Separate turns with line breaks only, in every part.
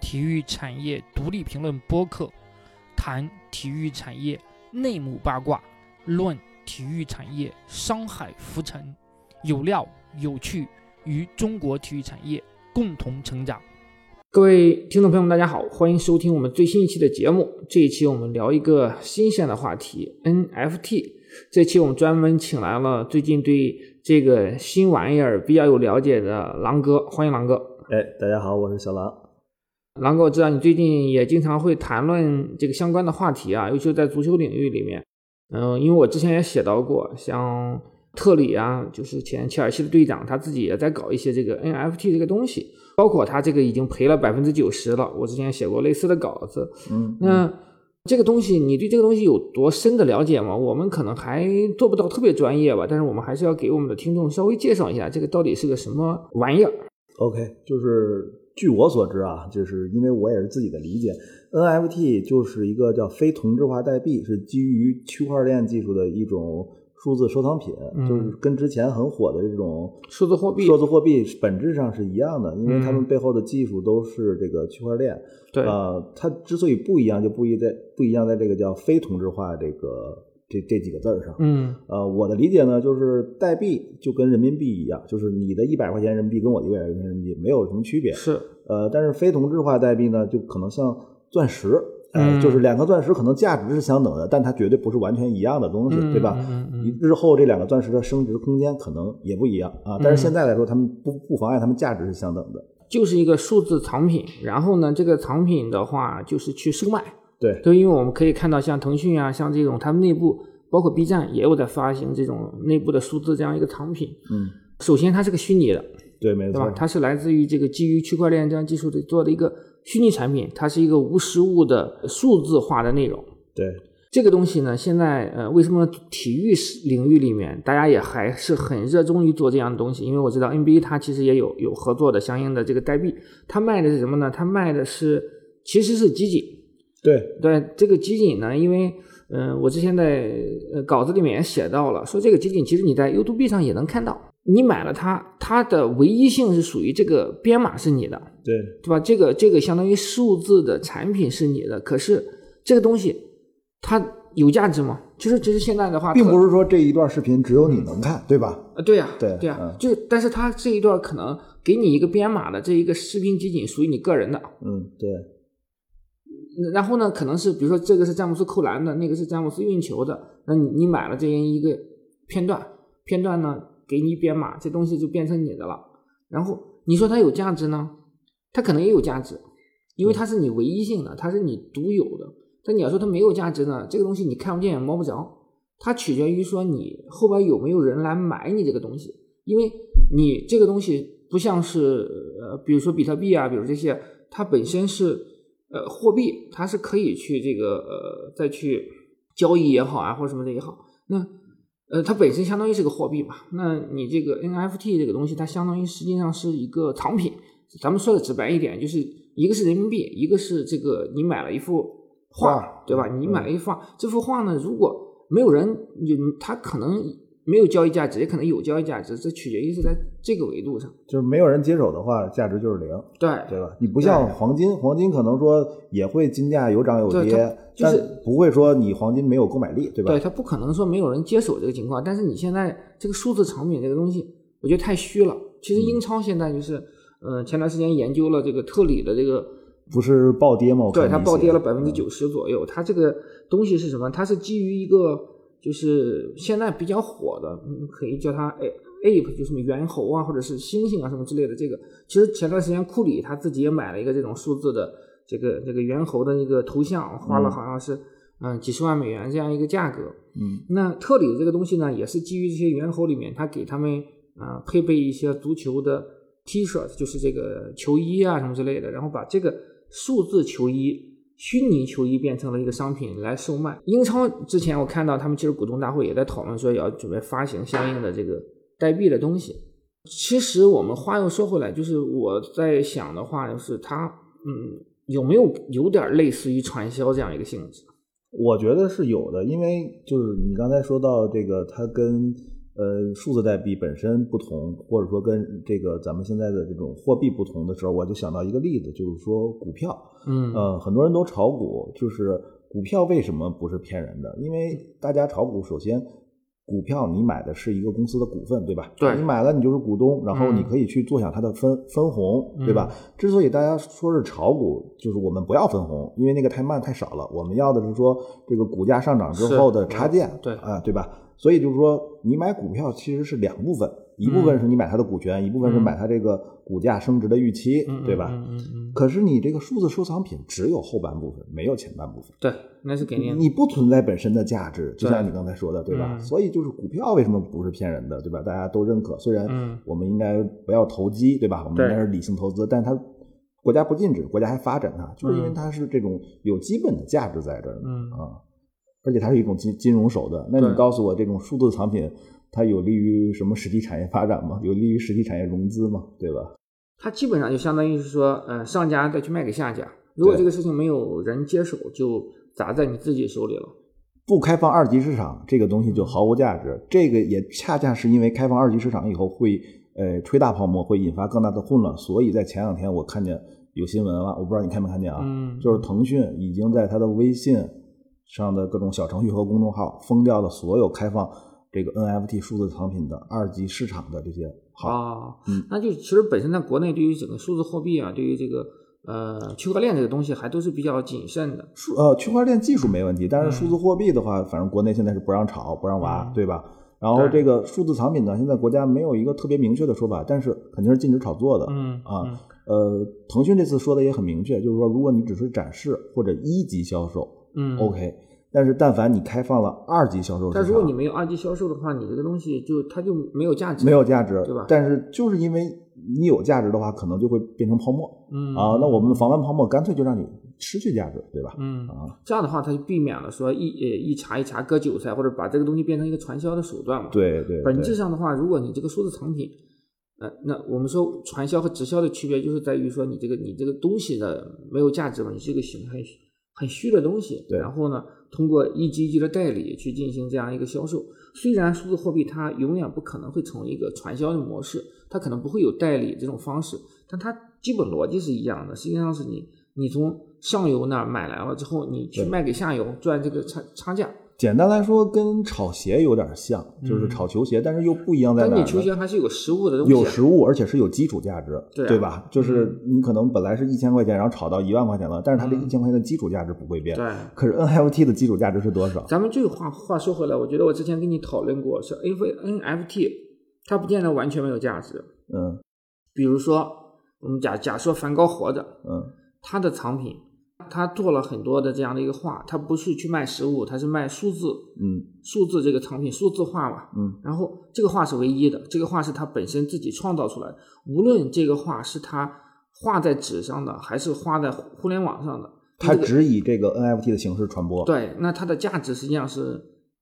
体育产业独立评论播客，谈体育产业内幕八卦，论体育产业商海浮沉，有料有趣，与中国体育产业共同成长。各位听众朋友们，大家好，欢迎收听我们最新一期的节目。这一期我们聊一个新鲜的话题 NFT。这期我们专门请来了最近对这个新玩意儿比较有了解的狼哥，欢迎狼哥。
哎，大家好，我是小狼。
狼哥，我知道你最近也经常会谈论这个相关的话题啊，尤其是在足球领域里面。嗯、呃，因为我之前也写到过，像特里啊，就是前切尔西的队长，他自己也在搞一些这个 NFT 这个东西。包括他这个已经赔了百分之九十了，我之前写过类似的稿子。
嗯，
那这个东西，你对这个东西有多深的了解吗？我们可能还做不到特别专业吧，但是我们还是要给我们的听众稍微介绍一下，这个到底是个什么玩意儿。
OK，就是据我所知啊，就是因为我也是自己的理解，NFT 就是一个叫非同质化代币，是基于区块链技术的一种。数字收藏品、
嗯、
就是跟之前很火的这种
数字货币，嗯
数字货币本质上是一样的，因为它们背后的技术都是这个区块链。
对、
嗯，呃，它之所以不一样，就不一在不一样在这个叫非同质化这个这这几个字儿上。
嗯，
呃，我的理解呢，就是代币就跟人民币一样，就是你的一百块钱人民币跟我一百块钱人民币没有什么区别。
是，
呃，但是非同质化代币呢，就可能像钻石。
嗯、
呃，就是两颗钻石可能价值是相等的，但它绝对不是完全一样的东西，
嗯、
对吧？
嗯、
日后这两个钻石的升值空间可能也不一样啊，但
嗯
是现在来说，它们不不妨碍它们价值是相等的。
就是一个数字藏品，然后呢，这个藏品的话就是去售卖，
对，
对，因为我们可以看到像腾讯啊，像这种他们内部，包括 B 站也有在发行这种内部的数字这样一个藏品。
嗯，
首先它是个虚拟的，
对，没错，
对吧？它是来自于这个基于区块链这样技术的做的一个。虚拟产品它是一个无实物的数字化的内容。
对
这个东西呢，现在呃，为什么体育领域里面大家也还是很热衷于做这样的东西？因为我知道 NBA 它其实也有有合作的相应的这个代币，它卖的是什么呢？它卖的是其实是集锦。
对
对，这个集锦呢，因为嗯、呃，我之前在呃稿子里面也写到了，说这个集锦其实你在 YouTube 上也能看到。你买了它，它的唯一性是属于这个编码是你的，
对
对吧？这个这个相当于数字的产品是你的，可是这个东西它有价值吗？就是就是现在的话，
并不是说这一段视频只有你能看，嗯、对吧？
啊，对呀、啊，
对
对呀、啊，
嗯、
就但是它这一段可能给你一个编码的这一个视频集锦属于你个人的，啊
嗯，对。
然后呢，可能是比如说这个是詹姆斯扣篮的，那个是詹姆斯运球的，那你你买了这样一个片段，片段呢？给你编码，这东西就变成你的了。然后你说它有价值呢，它可能也有价值，因为它是你唯一性的，它是你独有的。但你要说它没有价值呢，这个东西你看不见也摸不着，它取决于说你后边有没有人来买你这个东西。因为你这个东西不像是呃，比如说比特币啊，比如这些，它本身是呃货币，它是可以去这个呃再去交易也好啊，或者什么的也好，那。呃，它本身相当于是个货币吧？那你这个 NFT 这个东西，它相当于实际上是一个藏品。咱们说的直白一点，就是一个是人民币，一个是这个你买了一幅画，
画
对吧？你买了一幅画，嗯、这幅画呢，如果没有人，你它可能没有交易价值，也可能有交易价值，这取决于是在这个维度上。
就是没有人接手的话，价值就是零，
对
对吧？你不像黄金，黄金可能说也会金价有涨有跌。
就是
不会说你黄金没有购买力，对吧？
对，它不可能说没有人接手这个情况。但是你现在这个数字藏品这个东西，我觉得太虚了。其实英超现在就是，嗯、呃，前段时间研究了这个特里的这个，
不是暴跌吗？
对，它暴跌了百分之九十左右。嗯、它这个东西是什么？它是基于一个就是现在比较火的，嗯、可以叫它 A。ape 就什么猿猴啊，或者是猩猩啊什么之类的。这个其实前段时间库里他自己也买了一个这种数字的。这个这个猿猴的那个头像花了好像是嗯、呃、几十万美元这样一个价格，
嗯，
那特里这个东西呢，也是基于这些猿猴里面，他给他们啊、呃、配备一些足球的 T 恤，就是这个球衣啊什么之类的，然后把这个数字球衣、虚拟球衣变成了一个商品来售卖。英超之前我看到他们其实股东大会也在讨论说，也要准备发行相应的这个代币的东西。其实我们话又说回来，就是我在想的话，就是它嗯。有没有有点类似于传销这样一个性质？
我觉得是有的，因为就是你刚才说到这个，它跟呃数字代币本身不同，或者说跟这个咱们现在的这种货币不同的时候，我就想到一个例子，就是说股票。
嗯
呃，很多人都炒股，就是股票为什么不是骗人的？因为大家炒股，首先股票你买的是一个公司的股份，对吧？
对
你买了你就是股东，然后你
嗯
可以去坐享它的分分红，对吧？之所以大家说是炒股，就是我们不要分红，因为那个太慢太少了，我们要的是说这个股价上涨之
是
后的差价，
对
啊，对吧？所以就是说，你买股票其实是两部分，一部分是你买它的股权，一部分是
嗯
买它这个股价升值的预期，
嗯
对吧？
嗯嗯嗯嗯，
可是你这个数字收藏品只有后半部分，没有前半部分，
对，那是肯定的。
你不存在本身的价值，就
对
像你刚才说的，对吧？
嗯
所以就是股票为什么不是骗人的，对吧？大家都认可，虽
嗯
然我们应该不要投机，对吧？我们
对
应该是理性投资，但它国家不禁止，国家还发展它，就是因为
嗯
它是这种有基本的价值在这儿呢
嗯
啊，而且它是一种金金融手段。那你
对
告诉我，这种数字藏品它有利于什么实体产业发展吗？有利于实体产业融资吗？对吧？
它基本上就相当于是说，呃，上家再去卖给下家，如果
对
这个事情没有人接手，就砸在你自己手里了。
不开放二级市场，这个东西就毫无价值。这个也恰恰是因为开放二级市场以后会，呃，吹大泡沫，会引发更大的混乱。所以在前两天我看见有新闻了，我不知道你看没看见啊？
嗯
就是腾讯已经在它的微信上的各种小程序和公众号封掉了所有开放这个 NFT 数字藏品的二级市场的这些号。
啊，
嗯
那就其实本身在国内对于整个数字货币啊，对于这个呃区块链这个东西还都是比较谨慎的。
数呃，区块链技术没问题，但是
嗯
数字货币的话，反正国内现在是不让炒、不让挖，
嗯
对吧？然后
对
这个数字藏品呢，现在国家没有一个特别明确的说法，但是肯定是禁止炒作的。
嗯
啊
嗯
呃，腾讯这次说的也很明确，就是说，如果你只是展示或者一级销售、
嗯
o k 但是但凡你开放了二级销售市
但如果你
场，
没有二级销售的话，你这个东西就它就没有价值，
没有价值，
对吧
但是就是因为你有价值的话，可能就会变成泡沫、
嗯
啊。那我们防范泡沫，干脆就让你失去价值，对吧？
嗯
啊，
这样的话，它就避免了说一呃一茬一茬割韭菜，或者把这个东西变成一个传销的手段嘛。，
对对，
本
对
质上的话，如果你这个数字藏品，呃，那我们说传销和直销的区别就是在于说你这个你这个东西的没有价值嘛，你是一个形很很虚的东西。
对
然后呢，通过一级一级的代理去进行这样一个销售。虽然数字货币它永远不可能会成为一个传销的模式，它可能不会有代理这种方式，但它基本逻辑是一样的。实际上是你你从上游那儿买来了之后，你去
对
卖给下游赚这个差差价。
简单来说，跟炒鞋有点像，就是炒球鞋，但是又不一样
嗯
在
但
哪儿
你
呢？
球鞋还是有实物的东西啊，
有实物，而且是有基础价值，
对啊
吧？就是你可能本来是一千块钱，然后炒到一万块钱了，但是它这
嗯
一千块钱的基础价值不会变。
对。
可是 NFT 的基础价值是多少？
咱们这个话话说回来，我觉得我之前跟你讨论过，是 N V N F T，它不见得完全没有价值。
嗯
比如说，我们假假设梵高活着，
嗯，
他的藏品，他做了很多的这样的一个画，他不是去卖实物，他是卖数字，
嗯
数字这个藏品，数字画嘛。
嗯。
然后这个画是唯一的，这个画是他本身自己创造出来的，无论这个画是他画在纸上的，还是画在互互联网上的，
它只以这个 NFT 的形式传播。
对，那它的价值实际上是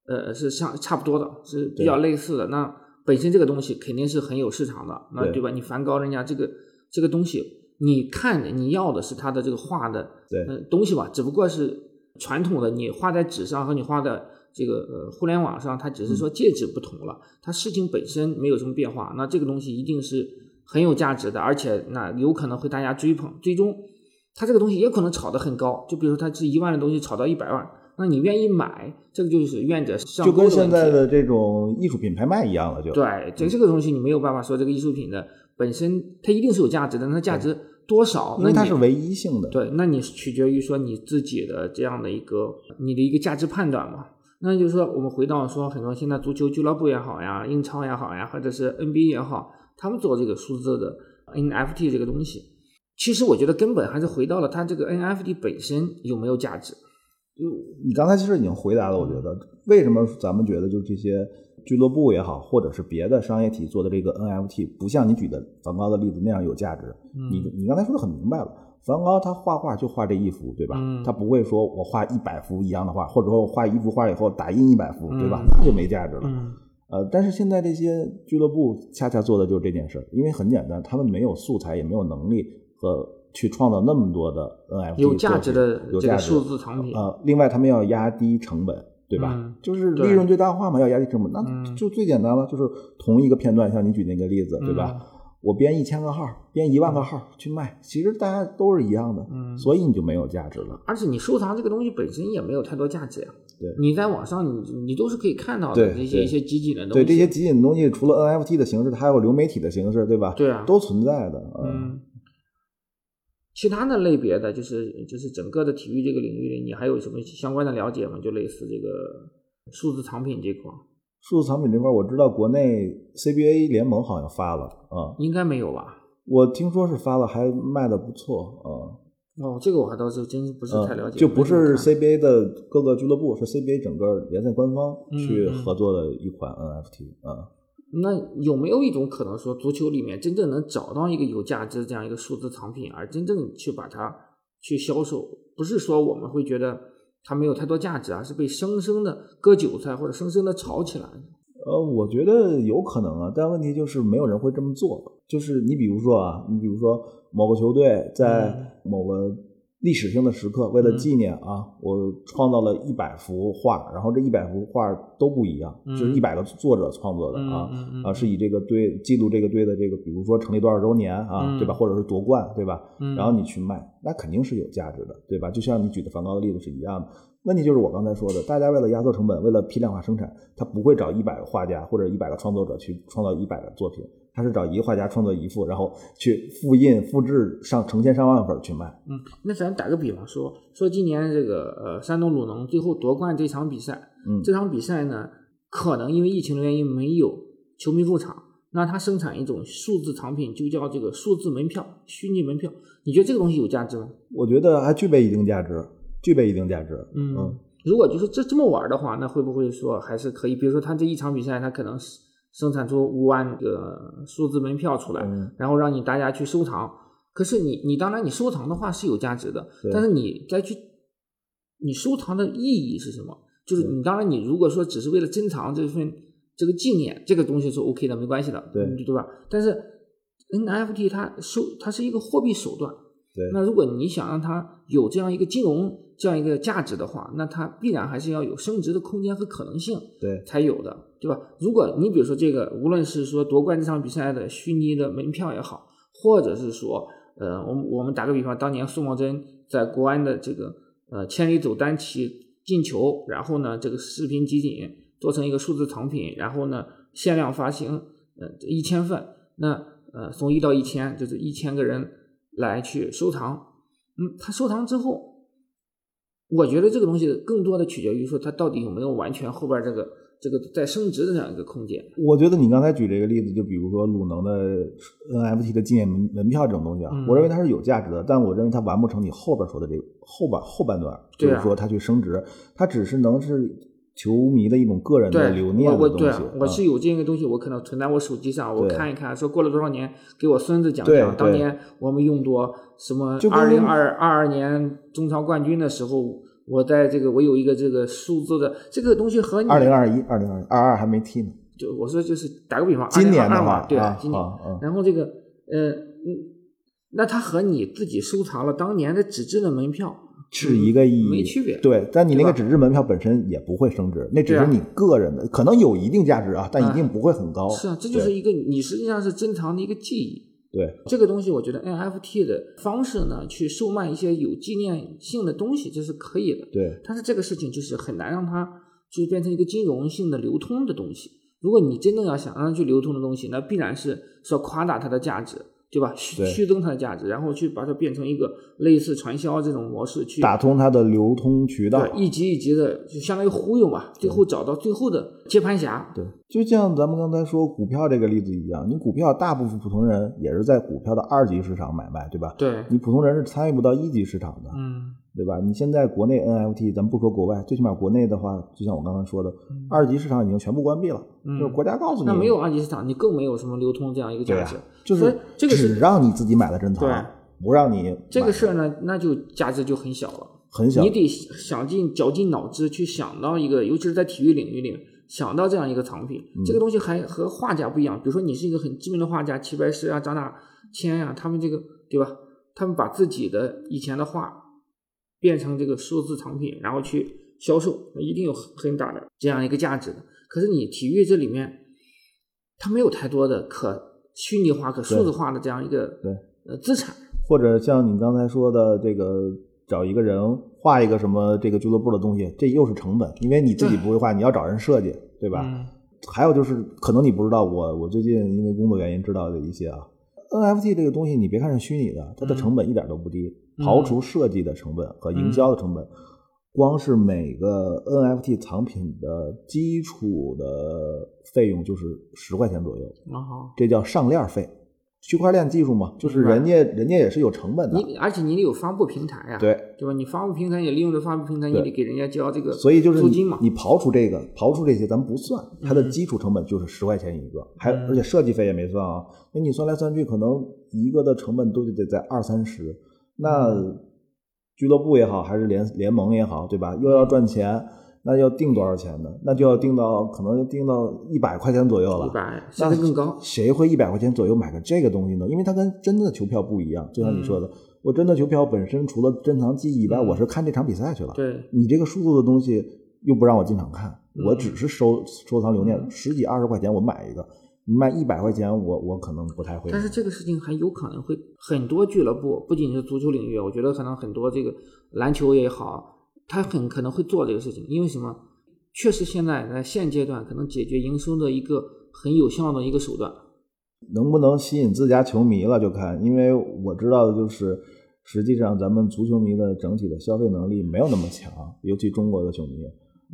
呃是相差不多的，是比较类似的。那本身这个东西肯定是很有市场的，那
对
对吧？你梵高人家这个这个东西，你看着你要的是他的这个画的
对
呃东西吧，只不过是传统的你画在纸上和你画在这个呃互联网上，它只是说介质不同了，它事情本身没有什么变化。那这个东西一定是很有价值的，而且那有可能会大家追捧，最终。它这个东西也可能炒得很高，就比如说它是一万的东西炒到一百万，那你愿意买，这个就是愿者上
就
钩
跟
的问
现
题。
在的这种艺术品拍卖一样了，就
对，这这个东西你没有办法说这个艺术品的本身它一定是有价值的，那它价值多少？
因
那
为
你
它是唯一性的。
对，那你取决于说你自己的这样的一个你的一个价值判断嘛。那就是说，我们回到说很多现在足球俱乐部也好呀，英超也好呀，或者是 NBA 也好，他们做这个数字的 NFT 这个东西，其实我觉得根本还是回到了它这个 NFT 本身有没有价值。
你刚才其实已经回答了，我觉得为什么咱们觉得就是这些俱乐部也好，或者是别的商业体做的这个 NFT，不像你举的梵高的例子那样有价值。
嗯
嗯你你刚才说的很明白了，梵高他画画就画这一幅，对吧？
嗯
他不会说我画一百幅一样的画，或者说我画一幅画以后打印一百幅，对吧？
嗯
那就没价值了。
嗯，
呃，但是现在这些俱乐部恰恰做的就是这件事儿，因为很简单，他们没有素材，也没有能力和去创造那么多的 NFT
有价值的
嗯作品有
这
价
个
值
数字藏品。
呃，另外他们要压低成本，对吧？
嗯
就是利
对
润最大化嘛，要压低成本，那
嗯
就最简单了，就是同一个片段，像你举那个例子，对吧？我编一千个号，编一万个号去卖，其实大家都是一样的，
嗯
所以你就没有价值了。
而且你收藏这个东西本身也没有太多价值呀。
对
你在网上你你都是可以看到的
对
这些
对
一些集锦的嗯东
对
西。
这些极简的东西，除了 NFT 的形式，它还有流媒体的形式，对吧？
对啊
都存在的。嗯，
嗯，其他的类别的就是就是整个的体育这个领域里，你还有什么相关的了解吗？就类似这个数字藏品这块儿，
数字藏品这块儿，我知道国内 CBA 联盟好像发了啊、
应该没有吧？
我听说是发了，还卖的不错啊。嗯
哦，这个我还倒是真不是太了
嗯
解，
就不
没
是
怎么
CBA 的各个俱乐部，是 CBA 整个联赛官方
嗯
去
嗯
合作的一款 NFT 啊、
看那有没有一种可能说，足球里面真正能找到一个有价值这样一个数字藏品，而真正去把它去销售，不是说我们会觉得它没有太多价值，啊而是被生生的割韭菜或者生生的炒起来。
呃，我觉得有可能啊，但问题就是没有人会这么做。就是你比如说啊，你比如说某个球队
嗯
在某个历史性的时刻，为了纪念啊，我创造了一百幅画，然后这一百幅画都不一样，就是
嗯
一百个作者创作的啊。
嗯嗯
啊，是以这个队记录这个队的这个，比如说成立多少周年啊，
嗯
对吧？或者是夺冠，对吧？
嗯
然后你去卖，那肯定是有价值的，对吧？就像你举的梵高的例子是一样的。问题就是我刚才说的，大家为了压缩成本，为了批量化生产，他不会找一百个画家或者一百个创作者去创造一百个作品，他是找一个画家创作一幅，然后去复印、复制上成千上万本去卖。
嗯，那咱打个比方说，说今年这个呃山东鲁能最后夺冠这场比赛，
嗯
这场比赛呢，可能因为疫情的原因没有球迷入场，那它生产一种数字藏品，就叫这个数字门票、虚拟门票。你觉得这个东西有价值吗？
我觉得还具备一定价值，具备一定价值。嗯
如果就是这这么玩的话，那会不会说还是可以？比如说他这一场比赛，他可能是生产出五万个数字门票出来，
嗯
然后让你大家去收藏。可是你你当然你收藏的话是有价值的
对，
但是你再去你收藏的意义是什么？就是你当然你如果说只是为了珍藏这份这个纪念，这个东西是 OK 的，没关系的，
对
嗯对吧？但是 NFT 它收它是一个货币手段，
对。
那如果你想让它有这样一个金融这样一个价值的话，那它必然还是要有升值的空间和可能性
对
才有的，对吧？如果你比如说这个，无论是说夺冠这场比赛的虚拟的门票也好，或者是说，呃，我们我们打个比方，当年宋茂珍在国安的这个呃千里走单骑进球，然后呢这个视频集锦做成一个数字藏品，然后呢限量发行，呃一千份，那呃从一到一千就是一千个人来去收藏，嗯，他收藏之后，我觉得这个东西更多的取决于说它到底有没有完全后边这个这个在升值的这样一个空间。
我觉得你刚才举这个例子，就比如说鲁能的 NFT 的纪念门门票这种东西啊，
嗯
我认为它是有价值的，但我认为它完不成你后边说的这个后半后半段，就
对啊
是说它去升值，它只是能是球迷的一种个人的
对，
留念
我
的
我
东
对、
西
啊。，我
嗯
是有这个东西，我可能存在我手机上，我
对
看一看，说过了多少年，给我孙子讲
对
讲当
对
年我们用过什么
就。跟
二零二二二年中超冠军的时候，我在这个我有一个这个数字的这个东西和你
二零二一、二零二二二还没踢呢，
就我说就是打个比方，
今年的
2022
话
嘛，对
啊，
今年嗯
啊啊
然后这个呃嗯，那它和你自己收藏了当年的纸质的门票
是一个意义，
没区别
对，但你那
对
个
吧
纸质门票本身也不会升值，那只
对
是
啊
你个人的，可能有一定价值啊，但一
嗯
定不会很高。
是啊，这就是一个你实际上是珍藏的一个记忆。
对。对
这个东西，我觉得 NFT 的方式呢，去售卖一些有纪念性的东西，这是可以的。
对
但是这个事情就是很难让它就是变成一个金融性的流通的东西。如果你真正要想让它去流通的东西，那必然是是要夸大它的价值，对吧？虚
对
虚增它的价值，然后去把它变成一个类似传销这种模式去
打通它的流通渠道，
对一级一级的，就相当于忽悠嘛，最后找到最后的接盘侠。
对，就像咱们刚才说股票这个例子一样，你股票大部分普通人也是在股票的二级市场买卖，对吧？
对，
你普通人是参与不到一级市场的，
嗯，
对吧？你现在国内 NFT，咱们不说国外，最起码国内的话，就像我刚刚说的，二级市场已经全部关闭了，
嗯
就是国家告诉你
那没有二级市场，你更没有什么流通这样一个
对
价
啊
值。，
就
所以
是
这个是
只让你自己买的珍
对
藏，不让你
这个
买
事儿呢，那就价值就很小了。
很小
你，得想尽绞尽脑汁去想到一个，尤其是在体育领域里面，想到这样一个藏品。
嗯
这个东西还和画家不一样，比如说你是一个很知名的画家，齐白石啊、张大千呀、他们这个对吧？他们把自己的以前的画变成这个数字藏品，然后去销售，那一定有很很大的这样一个价值的。可是你体育这里面，它没有太多的可虚拟化、可数字化的这样一个
对
呃资产。
或者像你刚才说的这个，找一个人画一个什么这个俱乐部的东西，这又是成本，因为你自己
对
不会画，你要找人设计，对吧？
嗯
还有就是，可能你不知道，我我最近因为工作原因知道的一些啊，NFT 这个东西，你别看是虚拟的，它
嗯
的成本一点都不低，
嗯
刨除设计的成本和营销的成本，光是每个 NFT 藏品的基础的费用就是十块钱左右，
然后
这叫上链费。区块链技术嘛，就是人家人家也是有成本的，
你而且你得有发布平台啊呀、
对，
对吧？你发布平台也利用着发布平台，你
对
得给人家交这个
所以就是
租
你
金嘛。
你刨除这个，刨除这些，咱不算，它的
嗯
基础成本就是十块钱一个，还
嗯
而且设计费也没算啊。那你算来算去，可能一个的成本都得在二三十。那俱乐部也好，还是联联盟也好，对吧？
嗯
又要赚钱，那要定多少钱呢？那就要定到可能定到一百块钱左右了。
一百甚
那
至更高，
谁会一百块钱左右买个这个东西呢？因为它跟真的球票不一样，就像你说的，我真的球票本身除了珍藏记忆以外，
嗯
我是看这场比赛去了。
对，
你这个数字的东西又不让我进场看，
嗯
我只是收收藏留念，
嗯
十几二十块钱我买一个，你卖一百块钱我我可能不太会买。
但是这个事情还有可能会很多俱乐部，不仅是足球领域，啊我觉得可能很多这个篮球也好，他很可能会做这个事情，因为什么？确实现在在现阶段可能解决营收的一个很有效的一个手段。
能不能吸引自家球迷了就看，因为我知道的就是，实际上咱们足球迷的整体的消费能力没有那么强，尤其中国的球迷。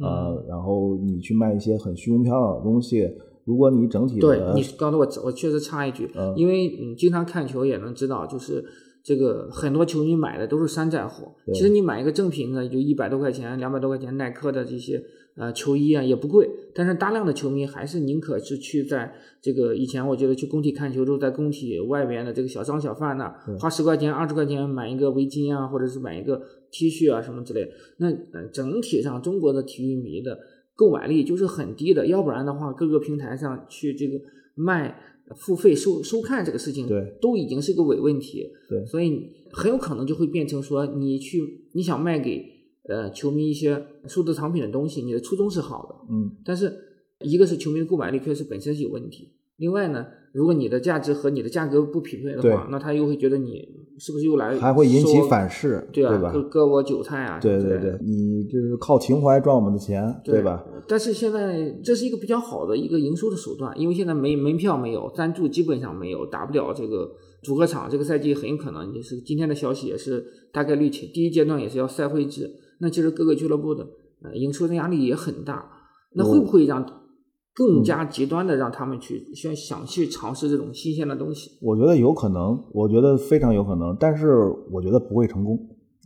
嗯
呃，然后你去卖一些很虚无缥缈的东西，如果你整体
对
的
你刚才我我确实插一句，
嗯
因为你经常看球也能知道，就是这个很多球迷买的都是山寨货。
对
其实你买一个正品的，就一百多块钱、两百多块钱，耐克的这些呃球衣啊也不贵，但是大量的球迷还是宁可是去在这个以前我觉得去工体看球都在工体外边的这个小商小贩那儿
对
花十块钱、二十块钱买一个围巾啊，或者是买一个 T 恤啊什么之类的。那呃整体上中国的体育迷的购买力就是很低的，要不然的话，各个平台上去这个卖呃付费收收看这个事情，
对，
都已经是个伪问题，
对
所以很有可能就会变成说，你去你想卖给呃球迷一些数字藏品的东西，你的初衷是好的，
嗯，
但是一个是球迷的购买力确实本身是有问题，另外呢，如果你的价值和你的价格不匹配的
对
话，那他又会觉得你是不是又来
还会引起
收
反噬，
对啊，
吧？
割割我韭菜啊，
对
什么之
对
类的
对，你就是靠情怀赚我们的钱，对吧？？
但是现在这是一个比较好的一个营收的手段，因为现在没门票没有，赞助基本上没有，打不了这个主客场。这个赛季很有可能就是今天的消息也是大概率前第一阶段也是要赛会制，那其实各个俱乐部的呃营收的压力也很大，那会不会让更加极端的让他们去想想去尝试这种新鲜的东西？
我觉得有可能，我觉得非常有可能，但是我觉得不会成功。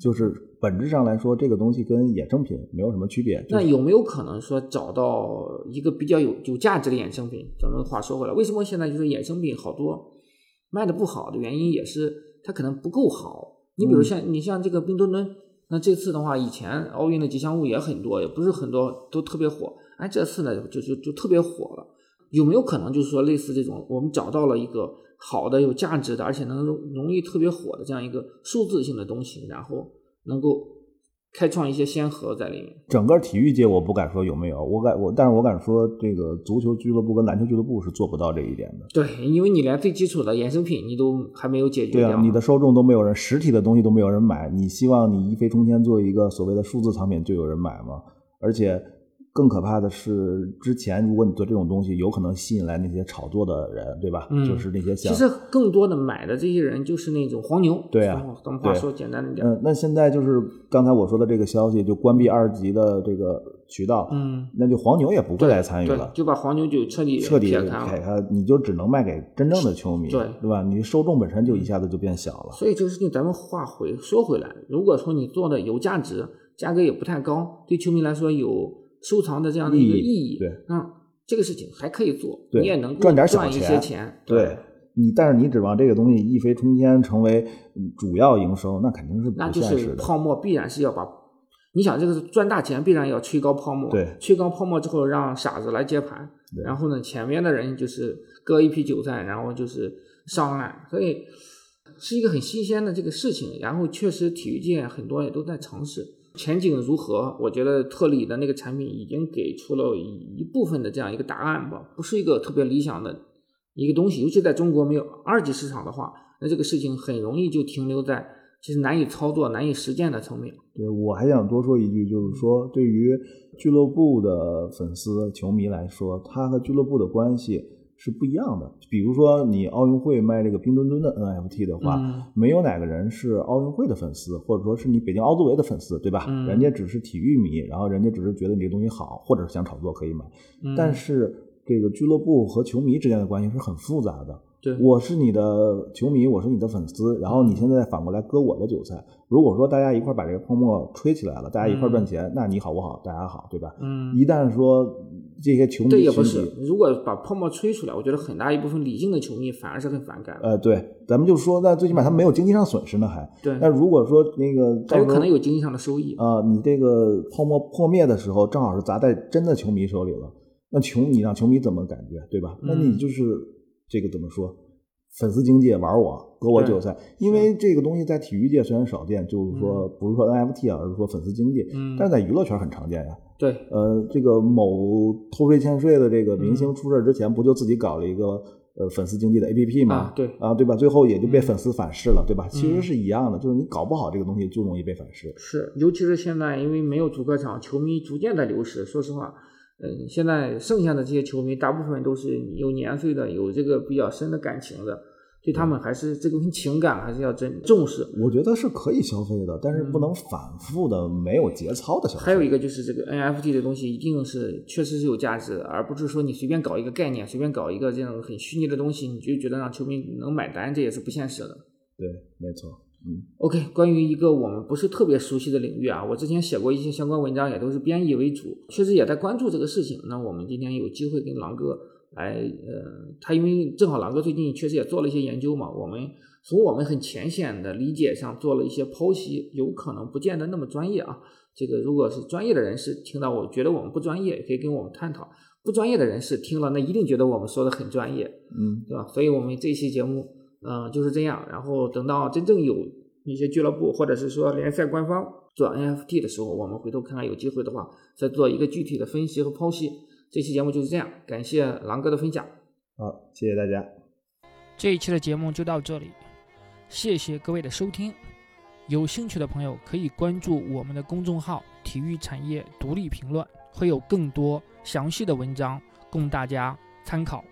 就是本质上来说，这个东西跟衍生品没有什么区别。就
那
是
有没有可能说找到一个比较有有价值的衍生品？咱们话说回来，为什么现在就是衍生品好多卖的不好的原因也是它可能不够好。你比如像、你像这个冰墩墩，那这次的话，以前奥运的吉祥物也很多，也不是很多都特别火，哎，这次呢就就就特别火了。有没有可能就是说类似这种，我们找到了一个好的、有价值的，而且能容容易特别火的这样一个数字性的东西，然后能够开创一些先河在里面？
整个体育界，我不敢说有没有，我敢我，但是我敢说，这个足球俱乐部跟篮球俱乐部是做不到这一点的。
对，因为你连最基础的衍生品你都还没有解决
对
掉，
啊，你的受众都没有人，实体的东西都没有人买，你希望你一飞冲天做一个所谓的数字藏品就有人买吗？而且更可怕的是，之前如果你做这种东西，有可能吸引来那些炒作的人，对吧？
嗯
就是那些
其
想
实更多的买的这些人就是那种黄牛，
对啊
咱们咱们话
对
说简单一点，
嗯，那现在就是刚才我说的这个消息，就关闭二级的这个渠道，
嗯，
那就黄牛也不会来参与
对，
了，
就把黄牛就彻底
彻底
撇
给
开了。
它，你就只能卖给真正的球迷，
对嗯
吧？你受众本身就一下子就变小了，
所以这个事情咱们话回说回来，如果说你做的有价值，价格也不太高，对球迷来说有收藏的这样的一个
意
意
义
义，
对，
嗯，这个事情还可以做，
对
你也能够
赚点小
赚一
钱
些钱，嗯
对。你但是你指望这个东西一飞冲天成为嗯主要营收，那肯定是不
那就
现
是
实的。
泡沫必然是要把，你想这个是赚大钱必然要吹高泡沫，
对，
吹高泡沫之后让傻子来接盘
对，
然后呢前面的人就是割一批韭菜，然后就是上岸，所以是一个很新鲜的这个事情，然后确实体育界很多也都在尝试。前景如何，我觉得特里的那个产品已经给出了一部分的这样一个答案吧，不是一个特别理想的一个东西，尤其在中国没有二级市场的话，那这个事情很容易就停留在就是难以操作、难以实践的层面。
对，我还想多说一句，就是说，对于俱乐部的粉丝、球迷来说，他和俱乐部的关系是不一样的。比如说，你奥运会卖这个冰墩墩的 NFT 的话，
嗯
没有哪个人是奥运会的粉丝，或者说是你北京奥组委的粉丝，对吧？
嗯
人家只是体育迷，然后人家只是觉得你这个东西好，或者是想炒作可以买。
嗯
但是这个俱乐部和球迷之间的关系是很复杂的。
对，
我是你的球迷，我是你的粉丝，然后你现在反过来割我的韭菜。如果说大家一块儿把这个泡沫吹起来了，大家一块儿赚钱，那你好我好，大家好，对吧？
嗯，
一旦说这些球迷
这也
群
不
体
是，如果把泡沫吹出来，我觉得很大一部分理性的球迷反而是很反感的。
呃，对，咱们就说，那最起码他没有经济上损失呢，还。
对，
那如果说那个
还
到
有哎
时
可
候
能有经济上的收益。
啊、你这个泡沫破灭的时候，正好是砸在真的球迷手里了。那球你让球迷怎么感觉，对吧？那你
嗯
就是这个怎么说，粉丝经济玩我，割我
对
韭菜。因为这个东西在体育界虽然少见，就是说不是说 NFT 啊，而是说粉丝经济，
嗯
但是在娱乐圈很常见呀。
对，
呃，这个某偷税欠税的这个明
嗯
星出事之前，不就自己搞了一个呃粉丝经济的 APP 吗？
啊对
啊，对吧？最后也就被
嗯
粉丝反噬了，对吧？其
嗯
实是一样的，就是你搞不好这个东西就容易被反噬。
是，尤其是现在，因为没有主客场，球迷逐渐在流失。说实话，嗯，现在剩下的这些球迷，大部分都是有年岁的，有这个比较深的感情的，对
嗯
他们还是这个情感还是要真重视。
我觉得是可以消费的，但是不
嗯
能反复的、没有节操的消费。
还有一个就是这个 NFT 的东西，一定是确实是有价值的，而不是说你随便搞一个概念，随便搞一个这种很虚拟的东西，你就觉得让球迷能买单，这也是不现实的。
对，没错，
OK，关于一个我们不是特别熟悉的领域啊，我之前写过一些相关文章，也都是编译为主，确实也在关注这个事情。那我们今天有机会跟狼哥来，呃，他因为正好狼哥最近确实也做了一些研究嘛，我们从我们很浅显的理解上做了一些剖析，有可能不见得那么专业啊。这个如果是专业的人士听到，我觉得我们不专业，也可以跟我们探讨；不专业的人士听了，那一定觉得我们说的很专业。
嗯，
对吧？所以我们这一期节目，呃，就是这样。然后等到真正有一些俱乐部或者是说联赛官方做 NFT 的时候，我们回头看看有机会的话，再做一个具体的分析和剖析。这期节目就是这样，感谢狼哥的分享。
好，谢谢大家。
这一期的节目就到这里，谢谢各位的收听。有兴趣的朋友可以关注我们的公众号“体育产业独立评论”，会有更多详细的文章供大家参考。